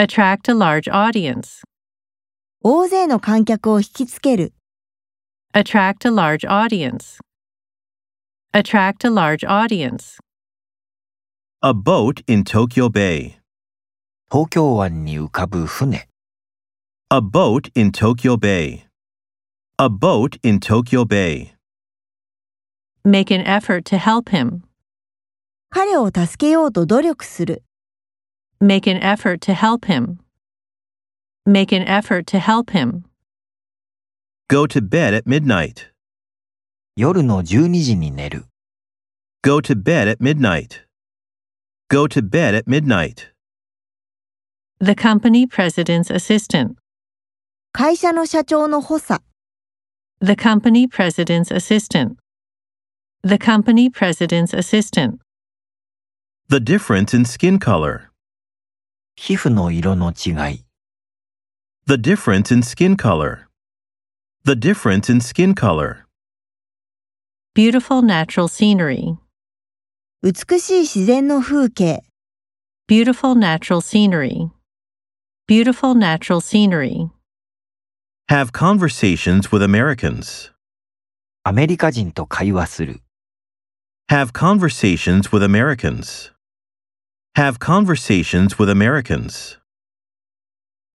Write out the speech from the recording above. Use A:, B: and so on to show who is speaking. A: Attract a large audience.
B: 大勢の観客を引きつける。
A: Attract a large audience. Attract a large audience.
C: A boat in Tokyo Bay.
D: 東京湾に浮かぶ船
C: A boat in Tokyo Bay. A boat in Tokyo Bay.
A: Make an effort to help him.
B: 彼を助けようと努力する。
A: Make an effort to help him. Make an effort to help him.
C: Go to bed at midnight.
D: 夜の12時に寝る
C: Go to bed at midnight. Go to bed at midnight.
A: The company president's assistant.
B: 会社の社長の補佐。
A: The company president's assistant. The company president's assistant.
C: The difference in skin color.
D: 皮膚の色の違い
C: The difference in skin color. The difference in skin color.
A: Beautiful natural scenery.
B: 美しい自然の風景。
A: Beautiful natural scenery. Beautiful natural scenery.
C: Have conversations with Americans.
D: アメリカ人と会話する
C: Have conversations with Americans. Have conversations with Americans.